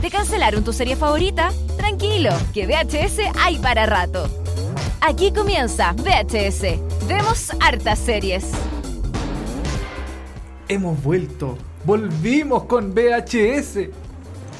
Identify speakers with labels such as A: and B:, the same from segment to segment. A: ¿Te cancelaron tu serie favorita? Tranquilo, que VHS hay para rato. Aquí comienza VHS. Vemos hartas series.
B: Hemos vuelto. Volvimos con VHS.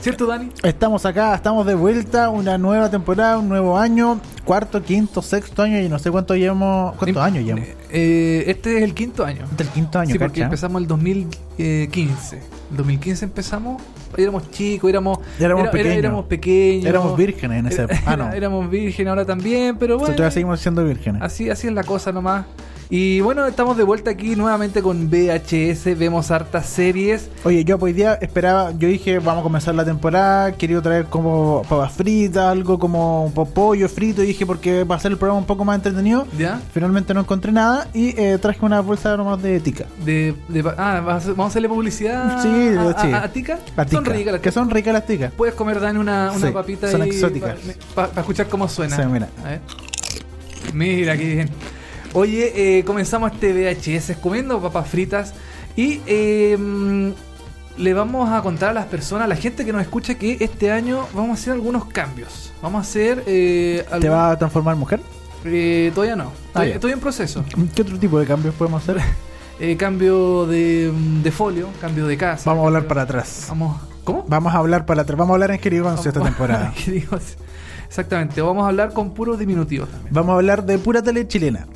B: ¿Cierto, Dani?
C: Estamos acá, estamos de vuelta, una nueva temporada, un nuevo año, cuarto, quinto, sexto año y no sé cuánto llevamos, cuántos
B: Ni-
C: años llevamos.
B: Eh, este es el quinto año.
C: Este es el quinto año,
B: sí, porque
C: cacha.
B: empezamos el 2015. El 2015 empezamos, éramos chicos, éramos,
C: Éramos
B: era- era-
C: pequeños.
B: éramos pequeños.
C: Éramos vírgenes en ese-
B: Era-
C: ah, no.
B: Éramos vírgenes ahora también, pero bueno.
C: Nosotros todavía seguimos siendo vírgenes.
B: Así, así es la cosa nomás. Y bueno, estamos de vuelta aquí nuevamente con VHS, vemos hartas series.
C: Oye, yo pues, hoy día esperaba, yo dije, vamos a comenzar la temporada, quería traer como papas fritas, algo como po- pollo frito, y dije porque va a ser el programa un poco más entretenido.
B: ¿Ya?
C: Finalmente no encontré nada y eh, traje una bolsa nomás de tica.
B: De, de- ah, vas a hacer- vamos a hacerle publicidad
C: Sí,
B: a,
C: sí.
B: a- a Tica.
C: La tica.
B: Son ricas las
C: Que son ricas las ticas.
B: Puedes comer, Dani, una, una
C: Sí,
B: papita
C: son
B: ahí
C: exóticas.
B: Para escuchar cómo suena.
C: Sí, mira.
B: A ver. Mira, qué bien. Oye, eh, comenzamos este VHS comiendo papas fritas y eh, mm, le vamos a contar a las personas, a la gente que nos escucha, que este año vamos a hacer algunos cambios. Vamos a hacer... Eh,
C: ¿Te
B: algún-
C: va a transformar mujer?
B: eh, todavía no.
C: Ah,
B: Estoy,
C: ya.
B: estoy en proceso.
C: ¿Qué otro tipo de cambios podemos hacer?
B: Eh, cambio de, mm, de folio, cambio de casa.
C: Vamos a hablar
B: cambio-
C: para atrás.
B: Vamos... ¿Cómo?
C: Vamos a hablar para atrás. Vamos a hablar en jerigoncio esta
B: Vamos-
C: temporada.
B: ¿Qué digo? Exactamente, vamos a hablar con puros diminutivos también.
C: Vamos a hablar de pura tele chilena.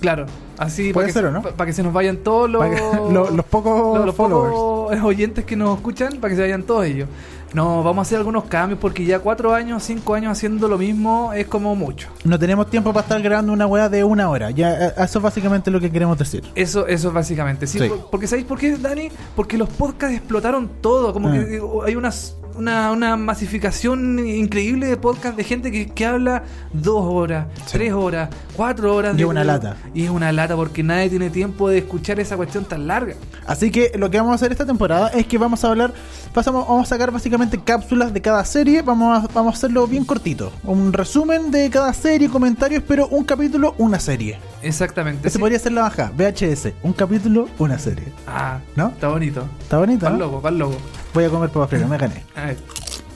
B: Claro, así
C: Puede
B: para que,
C: ser,
B: se-
C: ¿o no?
B: pa- para que se nos vayan todos los,
C: Pa' que- lo- los pocos
B: los- los
C: followers.
B: pocos oyentes que nos escuchan, para que se vayan todos ellos. No, vamos a hacer algunos cambios porque ya cuatro años, cinco años haciendo lo mismo es como mucho.
C: No tenemos tiempo para estar grabando una weá de una hora. Ya, eh, eso es básicamente lo que queremos decir.
B: Eso, eso es básicamente. Sí,
C: Sí.
B: por- porque ¿sabéis por qué, Dani? Porque los podcasts explotaron todo. Como
C: Ah.
B: que eh, hay unas- una, una masificación increíble de podcasts de gente que, que habla dos horas,
C: Sí.
B: tres horas, cuatro horas.
C: Y
B: de-
C: una lata.
B: Y es una lata porque nadie tiene tiempo de escuchar esa cuestión tan larga.
C: Así que lo que vamos a hacer esta temporada es que vamos a hablar, pasamos, vamos a sacar básicamente cápsulas de cada serie, vamos a, vamos a hacerlo bien cortito. Un resumen de cada serie, comentarios, pero un capítulo, una serie.
B: Exactamente.
C: Ese
B: sí.
C: podría ser la baja, VHS, un capítulo, una serie.
B: Ah,
C: ¿No?
B: Está bonito.
C: Está bonito.
B: Pal
C: ¿no?
B: loco, pal loco.
C: Voy a comer papas fritas, me gané.
B: A ver.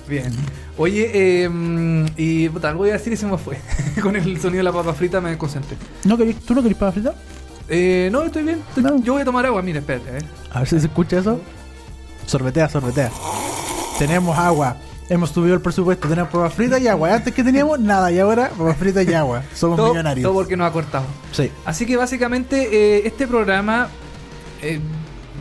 B: Bien. Oye, eh, mm, y puta, algo voy a decir y se me fue. Con el sonido de la papa frita me desconcentré.
C: ¿No querés- ¿Tú no querés papas fritas?
B: Eh, no, estoy bien. Estoy-
C: No.
B: Yo voy a tomar agua, mira, espérate. eh.
C: A ver si se escucha eso. Sorbetea, sorbetea. Tenemos agua. Hemos subido el presupuesto. Tenemos papas fritas y agua. Antes que teníamos nada y ahora papas fritas y agua. Somos
B: Todo,
C: millonarios.
B: todo porque nos ha cortado.
C: Sí.
B: Así que básicamente eh, este programa eh,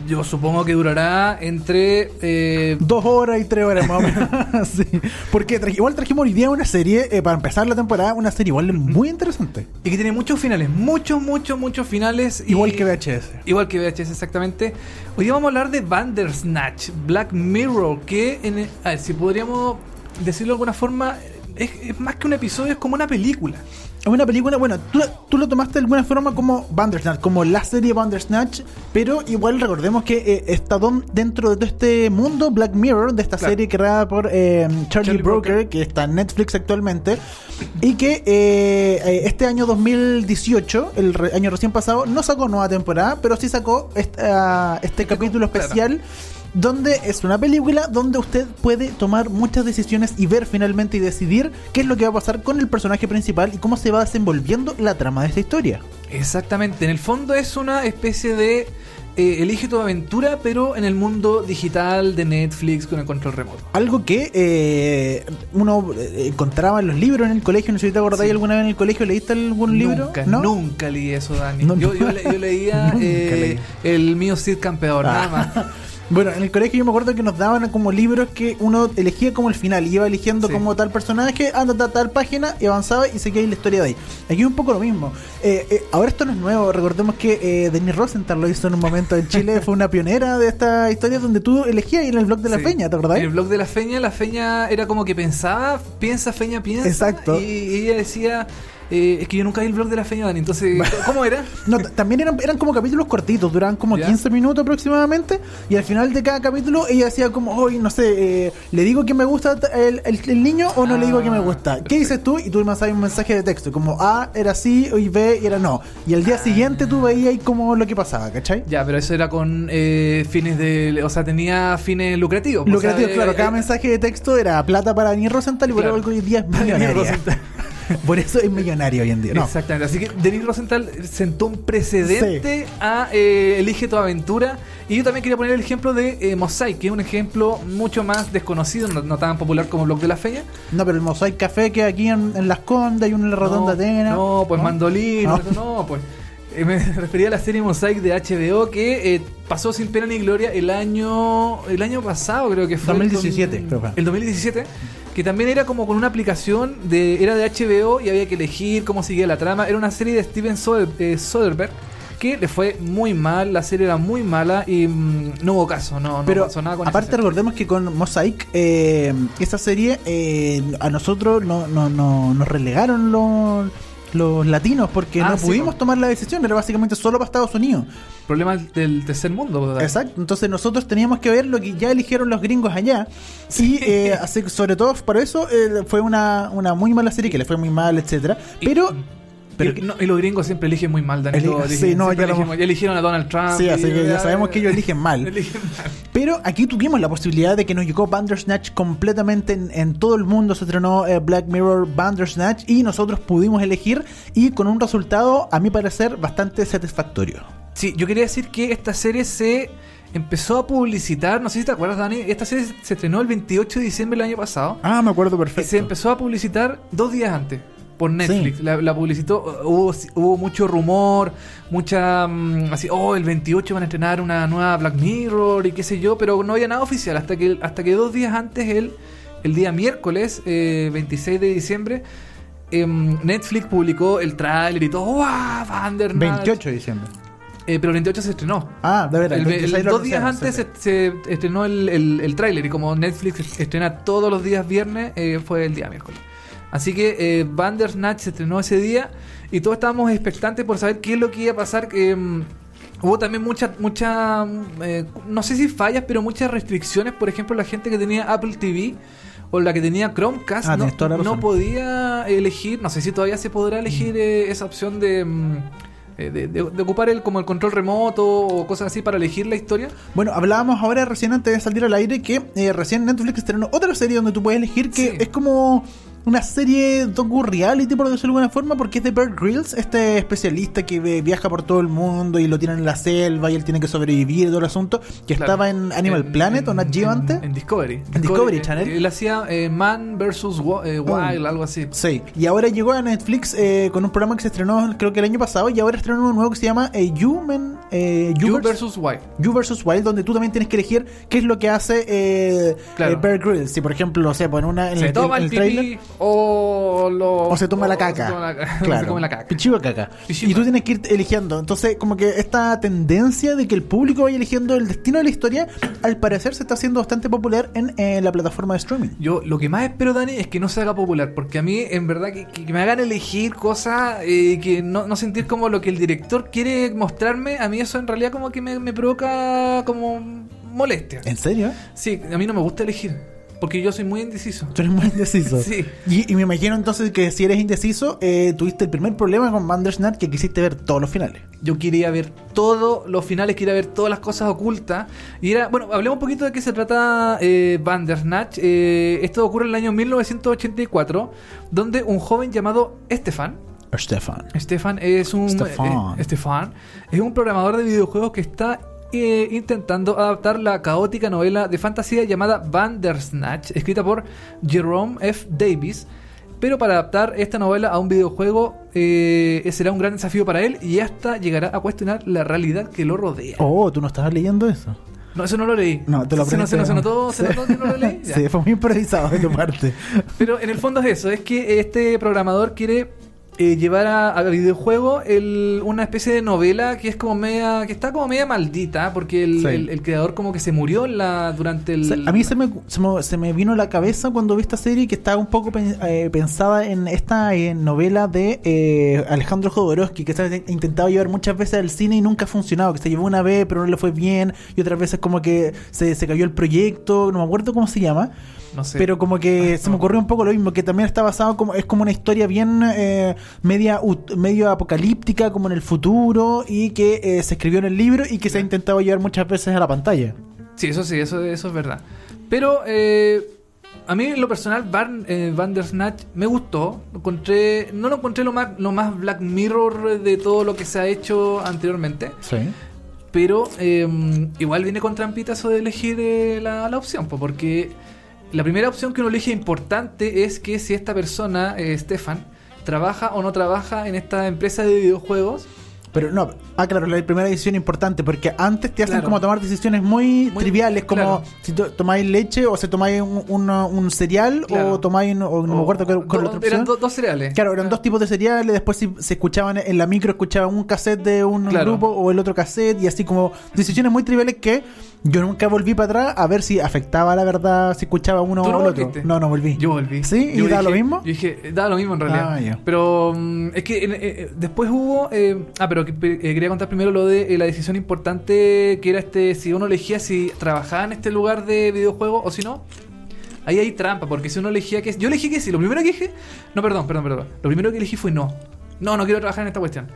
B: yo supongo que durará entre... eh,
C: Dos horas y tres horas más o menos. sí. Porque tra- igual trajimos hoy día una serie, eh, para empezar la temporada, una serie igual muy interesante.
B: y que tiene muchos finales, muchos, muchos, muchos finales. y-
C: Igual que VHS.
B: Igual que VHS, exactamente. Hoy día vamos a hablar de Bandersnatch, Black Mirror, que, en, a ver, si podríamos decirlo de alguna forma, es, es más que un episodio, es como una película.
C: Es una película, bueno, tú, tú lo tomaste de alguna forma como Bandersnatch, como la serie Bandersnatch, pero igual recordemos que eh, está don- dentro de todo este mundo Black Mirror, de esta
B: Claro.
C: serie creada por eh, Charlie,
B: Charlie
C: Brooker,
B: Brooker.
C: que está en Netflix actualmente, y que eh, eh, este año 2018, el re- año recién pasado, no sacó nueva temporada, pero sí sacó esta- este capítulo
B: claro.
C: especial. Donde es una película donde usted puede tomar muchas decisiones y ver finalmente y decidir qué es lo que va a pasar con el personaje principal y cómo se va desenvolviendo la trama de esta historia.
B: Exactamente, en el fondo es una especie de eh, elige tu aventura, pero en el mundo digital de Netflix con el control remoto.
C: Algo que eh, uno eh, encontraba en los libros en el colegio, no sé si te acordáis
B: Sí.
C: alguna vez en el colegio, ¿leíste algún libro?
B: Nunca,
C: ¿No?
B: nunca leí eso, Dani.
C: No,
B: yo,
C: no.
B: yo le- yo leía
C: Nunca
B: eh, el mío Cid Campeador, nada más.
C: Ah. Bueno, en el colegio yo me acuerdo que nos daban como libros que uno elegía como el final, y iba eligiendo
B: Sí.
C: como tal personaje, anda a tal página, y avanzaba y seguía ahí la historia de ahí. Aquí es un poco lo mismo. Eh, eh, ahora esto no es nuevo, recordemos que eh, Denise Rosenthal lo hizo en un momento en Chile, fue una pionera de esta historia donde tú elegías ir en el blog de la
B: Sí.
C: peña, ¿te acordás?
B: En el blog de la feña, la feña era como que pensaba, piensa, feña, piensa.
C: Exacto.
B: Y, y ella decía, eh, es que yo nunca vi el blog de la feña Dani, entonces, ¿cómo era?
C: No, t- también eran, eran como capítulos cortitos, duraban como
B: Ya.
C: 15 minutos aproximadamente. Y al final de cada capítulo ella decía como, hoy no sé, eh, ¿le digo que me gusta t- el, el- el niño o no le digo que me
B: Ah,
C: gusta? ¿Qué
B: perfecto.
C: dices tú? Y tú me mandabas un mensaje de texto, como A era sí y B era no. Y al
B: Ah.
C: día siguiente tú veías ahí como lo que pasaba, ¿cachai?
B: Ya, pero eso era con eh, fines de. O sea, tenía fines lucrativos. pues,
C: Lucrativo,
B: o sea,
C: claro,
B: eh,
C: cada
B: eh,
C: mensaje de texto era plata para Daniel Rosenthal y por
B: Claro.
C: algo hoy día es
B: Daniel
C: millonaria.
B: Rosenthal.
C: por eso es millonario hoy en día. No.
B: Exactamente. Así que Denis Rosenthal sentó un precedente a eh, Elige tu aventura. Y yo también quería poner el ejemplo de eh, Mosaic, que es un ejemplo mucho más desconocido, no, no tan popular como Blog de la Feña.
C: No, pero el Mosaic Café que aquí en, en Las Condes hay uno en la Rotonda
B: no,
C: Atena.
B: No, pues
C: ¿no?
B: Mandolín,
C: No.
B: no, no, pues. Eh, me refería a la serie Mosaic de HBO que eh, pasó sin pena ni gloria el año el año pasado, creo que fue. el
C: 2017,
B: dos-
C: creo que fue.
B: El 2017, que también era como con una aplicación, de era de HBO y había que elegir cómo seguía la trama. Era una serie de Steven Soder- eh, Soderbergh que le fue muy mal, la serie era muy mala y mm, no hubo caso, no, no
C: Pero
B: pasó nada con esa
C: aparte
B: serie.
C: recordemos que con Mosaic, eh, esta serie, eh, a nosotros no, no, no- nos relegaron los, los latinos porque
B: Ah,
C: no
B: sí,
C: pudimos
B: po.
C: tomar la decisión, era básicamente solo para Estados Unidos.
B: Problemas del tercer mundo. pues, ¿verdad?
C: Exacto, entonces nosotros teníamos que ver lo que ya eligieron los gringos allá. Y eh, así que sobre todo para eso eh, fue una, una muy mala serie que le fue muy mal, etcétera.
B: Y-
C: Pero... pero
B: y, no, y los gringos siempre eligen muy mal, Dani.
C: Eli-
B: todos
C: sí,
B: eligen-
C: no,
B: siempre
C: ya lo-
B: eligen- ya eligieron a Donald Trump.
C: Sí,
B: y-
C: así que ya sabemos que ellos eligen mal.
B: eligen mal.
C: Pero aquí tuvimos la posibilidad de que nos llegó Bandersnatch completamente en, en todo el mundo. Se estrenó eh, Black Mirror Bandersnatch y nosotros pudimos elegir y con un resultado, a mi parecer, bastante satisfactorio.
B: Sí, yo quería decir que esta serie se empezó a publicitar. No sé si te acuerdas, Dani. Esta serie se estrenó el 28 de diciembre del año pasado.
C: Ah, me acuerdo
B: Y se empezó a publicitar dos días antes por Netflix. La, la publicitó, hubo, hubo mucho rumor, mucha. mm, así, oh, el 28 van a estrenar una nueva Black Mirror y qué sé yo, pero no había nada oficial hasta que, hasta que dos días antes, el, el día miércoles, eh, 26 de diciembre. em, Netflix publicó el tráiler y todo. ¡Wow! Bandersnatch!
C: 28 de diciembre.
B: Eh, pero el 28 se estrenó.
C: Ah, de verdad.
B: El- el- dos días antes se, se estrenó el, el, el tráiler y como Netflix estrena todos los días viernes, eh, fue el día miércoles. Así que eh, Bandersnatch se estrenó ese día y todos estábamos expectantes por saber qué es lo que iba a pasar. que, mm, hubo también muchas, mucha, mm, eh, no sé si fallas, pero muchas restricciones. Por ejemplo, la gente que tenía Apple TV o la que tenía Chromecast
C: Ah,
B: no,
C: tienes toda la
B: no
C: razón. Mm.
B: podía elegir, no sé si todavía se podrá elegir eh, esa opción de... mm, eh, de, de- de ocupar el como el control remoto o cosas así para elegir la historia.
C: Bueno, hablábamos ahora recién antes de salir al aire que eh, recién Netflix estrenó otra serie donde tú puedes elegir que
B: Sí.
C: es como una serie docu reality por decirlo de alguna forma porque es de Bert Grylls, este especialista que eh, viaja por todo el mundo y lo tienen en la selva y él tiene que sobrevivir y todo el asunto que
B: Claro.
C: estaba en Animal Planet o Nat Geo antes.
B: En, en Discovery.
C: Discovery
B: eh,
C: Channel. Mm.
B: Él hacía eh, Man versus Wa- eh, Wild, algo así.
C: Sí, y ahora llegó a Netflix eh, con un programa que se estrenó creo que el año pasado y ahora estrenó uno nuevo que se llama eh, Human eh,
B: You
C: Youvers-
B: versus Wild.
C: You vs. Wild, donde tú también tienes que elegir qué es lo que hace eh,
B: Claro.
C: eh, Bear Grylls. Si, por ejemplo, no sé, pues, en una, en
B: Se
C: el,
B: toma el,
C: en el
B: pipí
C: trailer,
B: o lo.
C: o se toma la
B: o
C: caca.
B: Se toma la,
C: Claro.
B: se come la caca.
C: Pichí o caca.
B: Pichí o
C: y tú
B: caca.
C: tienes que ir eligiendo. Entonces, como que esta tendencia de que el público vaya eligiendo el destino de la historia, al parecer se está haciendo bastante popular en eh, la plataforma de streaming.
B: Yo lo que más espero, Dani, es que no se haga popular, porque a mí, en verdad, que, que- que me hagan elegir cosas eh, que no, no sentir como lo que el director quiere mostrarme, a mí eso en realidad como que me, me provoca como molestia.
C: ¿En serio?
B: Sí, a mí no me gusta elegir, porque yo soy muy indeciso.
C: Tú eres muy indeciso.
B: Sí.
C: Y, y me imagino entonces que si eres indeciso, eh, tuviste el primer problema con Bandersnatch que quisiste ver todos los finales.
B: Yo quería ver todos los finales, quería ver todas las cosas ocultas. Y era, bueno, hablemos un poquito de qué se trata eh, Bandersnatch. Eh, esto ocurre en el año 1984, donde un joven llamado Estefan,
C: Stefan.
B: Stefan es un
C: Stefan.
B: eh, Stefan es un programador de videojuegos que está eh, intentando adaptar la caótica novela de fantasía llamada Bandersnatch, escrita por Jerome F. Davis. Pero para adaptar esta novela a un videojuego eh, será un gran desafío para él y hasta llegará a cuestionar la realidad que lo rodea.
C: Oh, tú no estabas leyendo eso.
B: No, eso no lo leí.
C: No, te lo
B: Se, no- se, no- se notó, se notó que no lo leí. Ya.
C: Sí, fue muy improvisado de tu parte.
B: Pero en el fondo es eso, es que este programador quiere eh, llevar a, a videojuego el- una especie de novela que es como media que está como media maldita porque el,
C: Sí.
B: el- el creador como que se murió en la durante el
C: O sea, a mí se me, se, me, se me vino a la cabeza cuando vi esta serie que estaba un poco pen- eh, pensada en esta eh, novela de eh, Alejandro Jodorowsky, que se ha intentado llevar muchas veces al cine y nunca ha funcionado, que se llevó una vez pero no le fue bien, y otras veces como que se, se cayó el proyecto, no me acuerdo cómo se llama,
B: no sé
C: pero como que se me ocurrió un poco lo mismo, que también está basado como, es como una historia bien eh, media, ut- medio apocalíptica, como en el futuro, y que eh, se escribió en el libro y que se ha intentado llevar muchas veces a la pantalla.
B: Sí, eso sí, eso, eso es verdad. Pero eh, a mí en lo personal, Van, eh, Bandersnatch me gustó. Lo encontré, no lo encontré lo más, lo más Black Mirror de todo lo que se ha hecho anteriormente.
C: Sí.
B: Pero eh, igual viene con trampitas eso de elegir eh, la, la opción, po, porque la primera opción que uno elige importante es que si esta persona, eh, Stefan, trabaja o no trabaja en esta empresa de videojuegos.
C: Pero no, ah, claro, la primera decisión importante, porque antes te hacen
B: Claro.
C: como tomar decisiones muy,
B: Muy-
C: triviales, como
B: claro.
C: si to- tomáis leche o si tomáis un, un- un cereal
B: Claro.
C: o tomáis, un- o no me acuerdo cuál- cuál
B: do-
C: otra
B: eran
C: opción.
B: do- dos cereales.
C: Claro, eran dos tipos de cereales, después si se escuchaban en la micro, escuchaban un cassette de un
B: Claro.
C: grupo o el otro cassette, y así como decisiones muy triviales que yo nunca volví para atrás a ver si afectaba la verdad, si escuchaba uno
B: ¿Tú no
C: o el otro.
B: volviste?
C: No, no volví.
B: Yo volví.
C: ¿Sí? ¿Y
B: Yo
C: da
B: dije-
C: lo mismo?
B: Yo dije, da lo mismo en realidad.
C: Ah, ya.
B: Pero mm, es que eh, eh, después hubo. eh, ah, pero que- eh, quería contar primero lo de eh, la decisión importante que era este si uno elegía si trabajaba en este lugar de videojuego o si no. Ahí hay trampa, porque si uno elegía que. Yo elegí que sí, lo primero que dije. No, perdón, perdón, perdón. Lo primero que elegí fue no. No, no quiero trabajar en esta cuestión.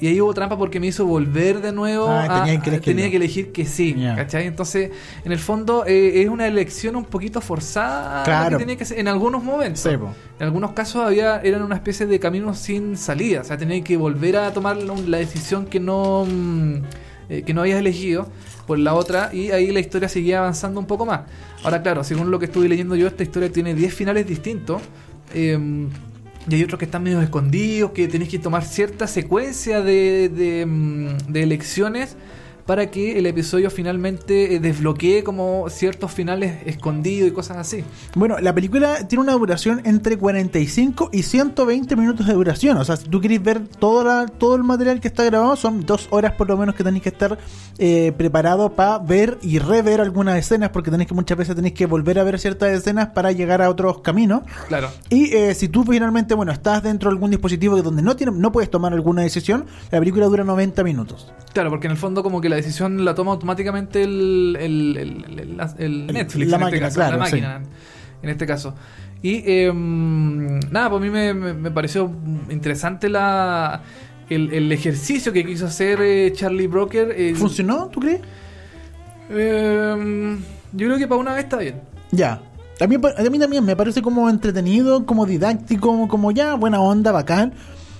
B: Y ahí hubo trampa porque me hizo volver de nuevo.
C: Ah,
B: a-
C: tenía que
B: a-
C: elegirlo.
B: tenía que elegir que sí.
C: Ya.
B: ¿cachai? Entonces, en el fondo, eh, es una elección un poquito forzada la
C: Claro.
B: que tenía que hacer en algunos momentos.
C: Sí, po.
B: En algunos casos había eran una especie de camino sin salida, o sea, tenía que volver a tomar la, la decisión que no mm, eh, que no habías elegido por la otra y ahí la historia seguía avanzando un poco más. Ahora claro, según lo que estuve leyendo yo, esta historia tiene 10 finales distintos. eh, y hay otros que están medio escondidos, que tenés que tomar cierta secuencia de, de, mm, de elecciones para que el episodio finalmente eh, desbloquee como ciertos finales escondidos y cosas así.
C: Bueno, la película tiene una duración entre 45 y 120 minutos de duración. O sea, si tú querés ver todo, la- todo el material que está grabado, son dos horas por lo menos que tenés que estar eh, preparado para ver y rever algunas escenas, porque tenés que muchas veces tenés que volver a ver ciertas escenas para llegar a otros caminos.
B: Claro.
C: Y eh, si tú finalmente, bueno, estás dentro de algún dispositivo donde no, tiene, no puedes tomar alguna decisión, la película dura 90 minutos.
B: Claro, porque en el fondo como que la decisión la toma automáticamente el, el, el- el- el Netflix,
C: La
B: en este
C: máquina,
B: caso, la
C: claro,
B: máquina, en este caso. Y eh, nada, pues a mí me, me- me pareció interesante la, el, el ejercicio que quiso hacer eh, Charlie Broker. eh,
C: ¿Funcionó, tú crees?
B: eh, yo creo que para una vez está bien.
C: Ya. A mí, a mí también me parece como entretenido, como didáctico, como, como ya, buena onda, bacán.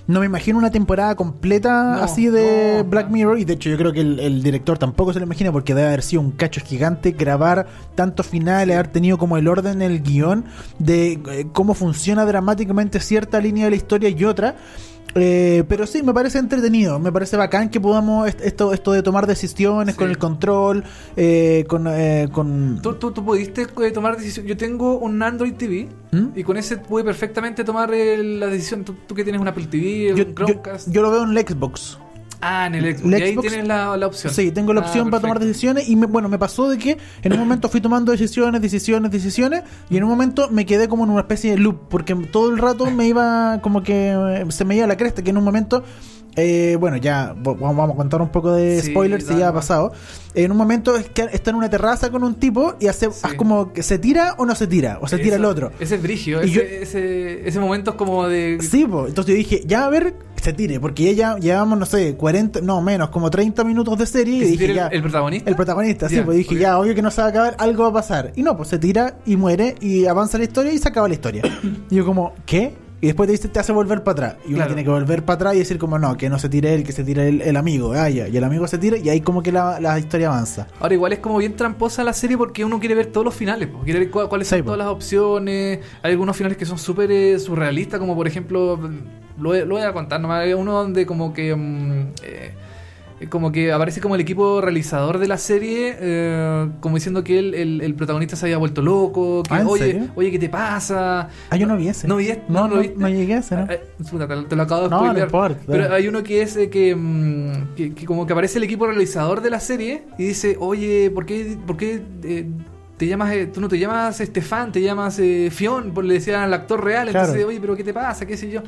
C: No me imagino una temporada completa
B: No,
C: así de
B: no,
C: Black
B: no.
C: Mirror. Y de hecho, yo creo que el, el director tampoco se lo imagina porque debe haber sido un cacho gigante grabar tantos finales, haber tenido como el orden, el guión de eh, cómo funciona dramáticamente cierta línea de la historia y otra. Eh, pero sí, me parece entretenido, me parece bacán que podamos est- esto, esto de tomar decisiones
B: Sí.
C: con el control, eh, con... eh, con...
B: Tú, tú, tú pudiste eh, tomar decisión. Yo tengo un Android TV
C: ¿Mm?
B: y con ese pude perfectamente tomar eh, la decisión. Tú, tú que tienes un Apple TV,
C: yo,
B: un
C: yo-
B: Chromecast.
C: yo lo veo en el Xbox.
B: ah, en el Xbox.
C: ¿El
B: y ahí
C: Xbox?
B: tienes la, la opción.
C: Sí, tengo la
B: Ah,
C: opción para tomar
B: perfecto.
C: decisiones y me- bueno, me pasó de que en un momento fui tomando decisiones, decisiones, decisiones y en un momento me quedé como en una especie de loop porque todo el rato me iba como que eh, se me iba la cresta que en un momento... eh, bueno, ya vo- vamos a contar un poco de
B: Sí,
C: spoilers si
B: dale,
C: ya ha
B: va.
C: pasado. En un momento es que está en una terraza con un tipo y hace
B: Sí.
C: haz como que se tira o no se tira, o se tira el
B: Eso-
C: otro.
B: Ese es brigio,
C: Y
B: ese,
C: yo-
B: ese, ese momento es como de.
C: Sí, po. entonces yo dije, ya a ver, se tire, porque ya llevamos, no sé, 40, no menos, como 30 minutos de serie.
B: que
C: y
B: si
C: dije,
B: tiene
C: ya,
B: el, el protagonista.
C: el protagonista, sí,
B: Ya,
C: pues dije,
B: ok.
C: ya, obvio que no se va a acabar, algo va a pasar. Y no, pues se tira y muere y avanza la historia y se acaba la historia. y yo como, ¿qué? Y después te dice, te hace volver para atrás. Y uno
B: Claro.
C: tiene que volver para atrás y decir como, no, que no se tire él, que se tire el, el amigo. Ah, ya. Y el amigo se tira y ahí como que la, la historia avanza.
B: Ahora, igual es como bien tramposa la serie porque uno quiere ver todos los finales, po. quiere ver cua- cuáles
C: Sí,
B: son
C: po.
B: todas las opciones. Hay algunos finales que son súper eh, surrealistas, como por ejemplo, mm, lo, voy- lo voy a contar nomás, hay uno donde como que mm, eh, eh, como que aparece como el equipo realizador de la serie, eh, como diciendo que el, el- el protagonista se había vuelto loco, que
C: Ah, ¿en
B: oye,
C: serio?
B: oye, ¿qué te pasa?
C: Ah, yo no vi ese.
B: ¿No vi este?
C: No,
B: ¿No lo
C: no,
B: viste?
C: no llegué a ese, ¿no?
B: Ah, eh, puta, te, lo- te lo acabo de
C: No, no
B: spoilear.
C: importa.
B: Pero hay uno que es eh, que, mm, que, que como que aparece el equipo realizador de la serie y dice, oye, ¿por qué, por qué eh, te llamas, eh, tú no te llamas Estefan, te llamas eh, Fion? Por- Le decían al actor real,
C: Claro.
B: entonces, oye, pero ¿qué te pasa? ¿Qué sé yo?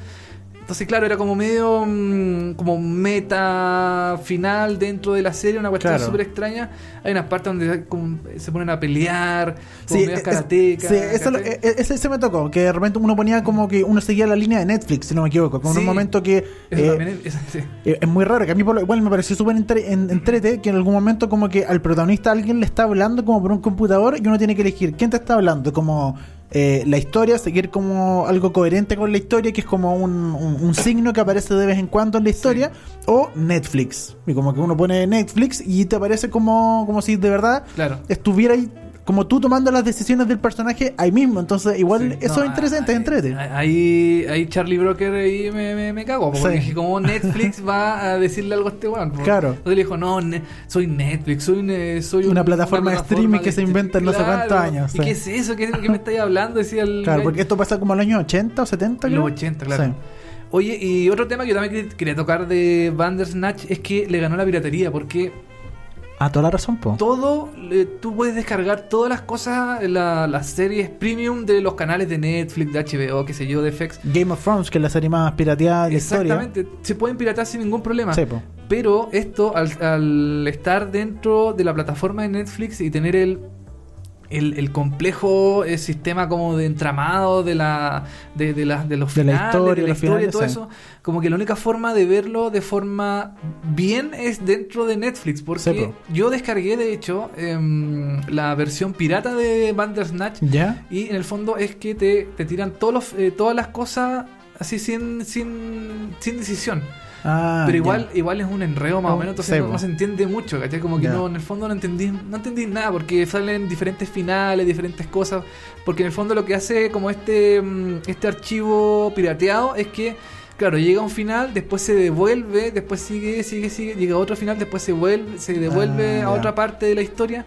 B: Entonces, claro, era como medio mm, como meta final dentro de la serie, una cuestión
C: Claro.
B: súper extraña. Hay unas partes donde como se ponen a pelear, como
C: Sí,
B: medios
C: es-
B: karatecas,
C: sí, eso lo-
B: ¿cachai?
C: e- e- ese, ese me tocó, que de repente uno ponía como que uno seguía la línea de Netflix, si no me equivoco, como en
B: Sí.
C: un momento que
B: Eso
C: eh,
B: también es- sí.
C: Eh, Es muy raro, que a mí por lo igual me pareció súper entre- en- entrete que en algún momento como que al protagonista alguien le está hablando como por un computador y uno tiene que elegir quién te está hablando, como eh, la historia, seguir como algo coherente con la historia, que es como un, un- un signo que aparece de vez en cuando en la historia, o Netflix. Y como que uno pone Netflix y te aparece como, como si de verdad
B: Claro.
C: estuviera ahí, como tú tomando las decisiones del personaje ahí mismo. Entonces igual
B: Sí.
C: eso
B: No,
C: es interesante,
B: ahí-
C: es entrete.
B: Ahí, ahí Charlie Broker ahí me, me, me cago. Porque
C: Sí.
B: dije, ¿cómo Netflix va a decirle algo a este weón? Porque-
C: Claro.
B: Entonces le dijo, no, ne- soy Netflix, soy, ne- soy
C: Una plataforma de streaming que se inventa en no sé cuántos años,
B: ¿Y
C: sí.
B: qué es eso? ¿Qué, qué me estáis hablando? Decía el
C: Claro,
B: gallo.
C: porque esto pasa como en los años 80 o 70, creo.
B: Los 80, claro.
C: Sí.
B: Oye, y otro tema que yo también quería tocar de Bandersnatch es que le ganó la piratería, porque
C: A Ah, toda la razón, po.
B: todo, eh, tú puedes descargar todas las cosas, la- las series premium de los canales de Netflix, de HBO, qué sé yo, de FX,
C: Game of Thrones, que es la serie más pirateada Ah, de la historia.
B: Exactamente, se pueden piratar sin ningún problema.
C: Sí, po.
B: Pero esto, al, al estar dentro de la plataforma de Netflix y tener el, el, el complejo eh, sistema como de entramado de la de, de las- de los
C: De la
B: finales,
C: historia,
B: de la
C: los
B: historia,
C: finales,
B: todo
C: sí.
B: eso, como que la única forma de verlo de forma bien es dentro de Netflix, porque
C: Sí, po.
B: yo descargué de hecho em, la versión pirata de Bandersnatch
C: ¿Ya?
B: y en el fondo es que te, te tiran todos los, eh, todas las cosas así sin, sin, sin decisión.
C: Ah,
B: Pero
C: ya.
B: igual, igual es un enredo más o
C: Oh,
B: menos, entonces
C: sí,
B: no,
C: po.
B: no se entiende mucho, ¿cachai? Como que
C: Ya.
B: no, en el fondo no entendí, no entendí nada, porque salen diferentes finales, diferentes cosas. Porque en el fondo lo que hace como este, mm, este archivo pirateado es que, claro, llega a un final, después se devuelve, después sigue, sigue, sigue, llega a otro final, después se vuelve, se devuelve
C: Ah,
B: a
C: ya.
B: otra parte de la historia.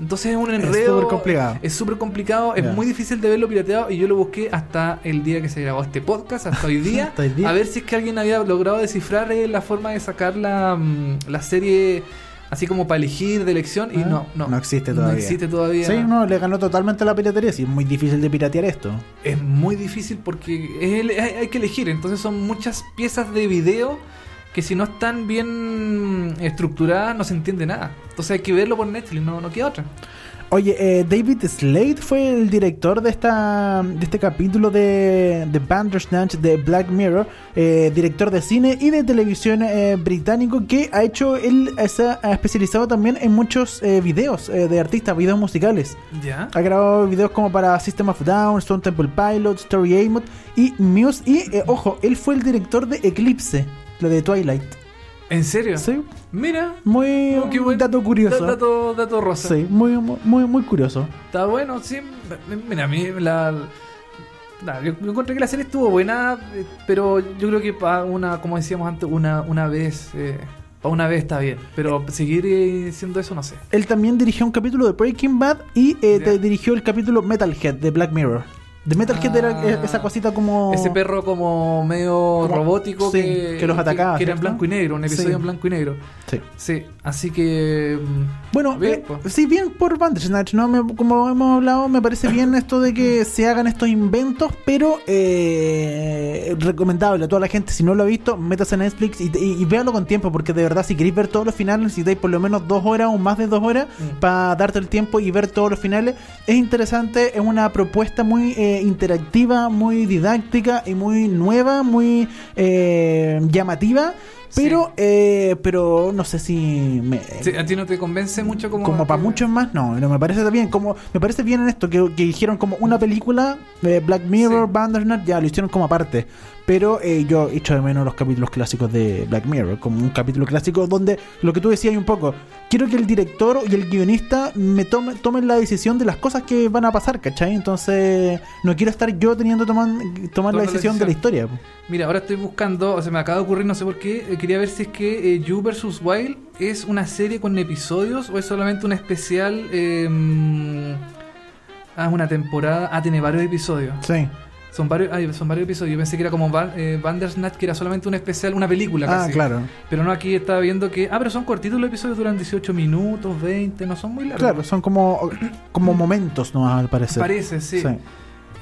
B: Entonces es un
C: Es
B: enredo.
C: súper complicado.
B: Es súper complicado, es
C: Ya.
B: muy difícil de verlo pirateado y yo lo busqué hasta el día que se grabó este podcast, hasta hoy día,
C: Hasta hoy día.
B: a ver si es que alguien había logrado descifrar eh, la forma de sacar la, mm, la serie así como para elegir de elección y
C: Ah,
B: no, no.
C: no existe todavía.
B: No existe todavía.
C: Sí, no, le ganó totalmente la piratería. Sí, es muy difícil de piratear esto.
B: Es muy difícil porque es el- hay, hay que elegir, entonces son muchas piezas de video que si no están bien estructuradas no se entiende nada. Entonces hay que verlo por Netflix, no, no queda otra.
C: Oye, eh, David Slade fue el director de esta de este capítulo de, de Bandersnatch de Black Mirror, eh, director de cine y de televisión eh, británico que ha hecho él eh, se ha especializado también en muchos eh, videos eh, de artistas, videos musicales.
B: Ya.
C: Ha grabado videos como para System of a Down, Stone Temple Pilots, Story Amod y Muse. Y eh, ojo, él fue el director de Eclipse, la de Twilight.
B: ¿En serio?
C: Sí,
B: Mira.
C: muy
B: Oh, qué
C: un
B: buen-
C: dato curioso.
B: da- Dato, dato rosa.
C: Sí, muy, muy, muy curioso.
B: Está bueno, sí. M- Mira, a mí la. la- yo, yo encontré que la serie estuvo buena, eh, pero yo creo que para una, como decíamos antes, una, una vez. Eh, para una vez está bien. Pero seguir eh, siendo eso, no sé.
C: Él también dirigió un capítulo de Breaking Bad y eh,
B: Ya.
C: te dirigió el capítulo Metalhead de Black Mirror. De Metalhead
B: Ah.
C: era eh, esa cosita como.
B: Ese perro como medio robótico
C: sí,
B: que,
C: que los atacaba,
B: Que, era en
C: ¿cierto?
B: blanco y negro, un episodio
C: Sí.
B: en blanco y negro.
C: Sí.
B: Sí, así que. mm,
C: Bueno,
B: bien,
C: eh,
B: po.
C: sí, bien por Bandersnatch, ¿no? Me- como hemos hablado, me parece bien esto de que se hagan estos inventos, pero eh, recomendable a toda la gente, si no lo ha visto, métase a Netflix y, y- y véalo con tiempo, porque de verdad, si queréis ver todos los finales, necesitáis por lo menos dos horas o más de dos horas
B: Mm.
C: para darte el tiempo y ver todos los finales. Es interesante, es una propuesta muy eh, interactiva, muy didáctica y muy nueva, muy eh, llamativa.
B: Sí.
C: Pero, eh, pero no sé si me,
B: sí, ¿A ti no te convence mucho como.?
C: como para
B: que-
C: muchos más no no me parece bien como me parece bien en esto que, que dijeron como una película de Black Mirror
B: Sí.
C: Bandersnatch ya lo hicieron como aparte pero eh, yo echo de menos los capítulos clásicos de Black Mirror como un capítulo clásico donde lo que tú decías ahí un poco quiero que el director y el guionista me tome- tomen la decisión de las cosas que van a pasar ¿cachai? entonces no quiero estar yo teniendo toman- tomar
B: Tomar
C: la
B: la
C: decisión de la historia
B: Mira, ahora estoy buscando, o sea, me acaba de ocurrir, no sé por qué, eh, quería ver si es que eh, You vs. Wild es una serie con episodios o es solamente un especial. eh, mm, ah, es una temporada. Ah, tiene varios episodios.
C: Sí.
B: Son varios, ay, son varios episodios. Yo pensé que era como Van, eh, Bandersnatch, que era solamente un especial, una película
C: Ah,
B: casi.
C: claro.
B: Pero no, aquí estaba viendo que. Ah, pero son cortitos los episodios, duran 18 minutos, 20, no son muy largos.
C: Claro, son como, como momentos nomás, al parecer.
B: Parece, sí.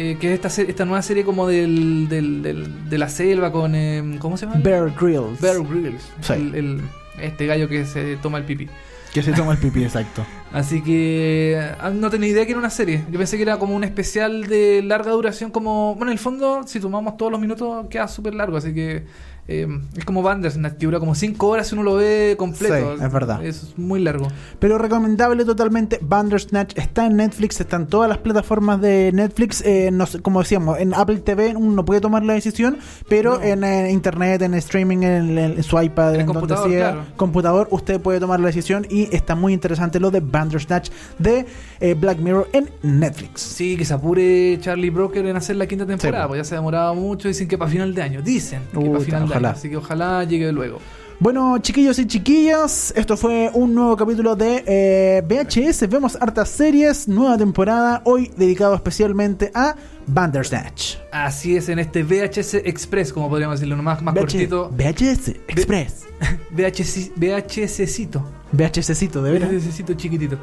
B: Eh, que es esta, se- esta nueva serie como del, del- del- de la selva con. eh, ¿Cómo se llama?
C: Bear Grylls.
B: Bear Grylls.
C: Sí.
B: El- el- este gallo que se toma el pipí.
C: Que se toma el pipí, exacto.
B: Así que ah, no tenía idea que era una serie. Yo pensé que era como un especial de larga duración, como... Bueno, en el fondo, si tomamos todos los minutos, queda súper largo. Así que eh, es como Bandersnatch, que dura como 5 horas si uno lo ve completo.
C: Sí, es verdad.
B: Es muy largo.
C: Pero recomendable totalmente. Bandersnatch está en Netflix, está en todas las plataformas de Netflix. Eh, no sé, como decíamos, en Apple TV uno no puede tomar la decisión, pero
B: No.
C: en, eh, internet, en streaming, en, en su iPad,
B: En el
C: en donde
B: computador,
C: sea,
B: claro.
C: computador, usted puede tomar la decisión. Y está muy interesante lo de Bandersnatch de eh, Black Mirror en Netflix.
B: Sí, que se apure Charlie Broker en hacer la quinta temporada,
C: Sí, po.
B: pues ya se ha demorado mucho. Dicen que para final de año. Dicen que para
C: Puta,
B: final de
C: ojalá.
B: año. Así que ojalá llegue luego.
C: Bueno, chiquillos y chiquillas, esto fue un nuevo capítulo de eh, VHS. Vemos hartas series, nueva temporada, hoy dedicado especialmente a Bandersnatch.
B: Así es, en este VHS Express, como podríamos decirlo, nomás más
C: VH
B: cortito.
C: VHS Express.
B: VHS, VHScito.
C: VHScito, de veras.
B: necesito chiquitito.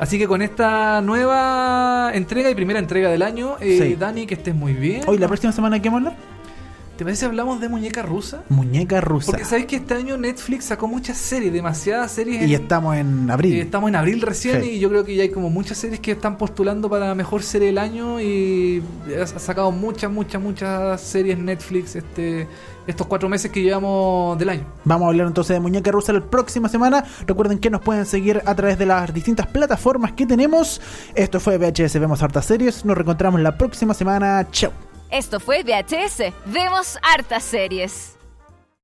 B: Así que con esta nueva entrega y primera entrega del año, eh,
C: Sí.
B: Dani, que estés muy bien.
C: Hoy, la próxima semana, ¿qué vamos a hablar?
B: ¿Te parece si hablamos de muñeca rusa?
C: Muñeca rusa.
B: Porque sabes que este año Netflix sacó muchas series, demasiadas series.
C: Y
B: en-
C: estamos en abril.
B: eh, estamos en abril recién
C: Sí.
B: y yo creo que ya hay como muchas series que están postulando para mejor serie del año y ha ha sacado muchas, muchas, muchas series Netflix este estos cuatro meses que llevamos del año.
C: Vamos a hablar entonces de Muñeca Rusa la próxima semana. Recuerden que nos pueden seguir a través de las distintas plataformas que tenemos. Esto fue VHS Vemos Hartas Series. Nos reencontramos la próxima semana. Chao.
A: Esto fue VHS. Vemos hartas series.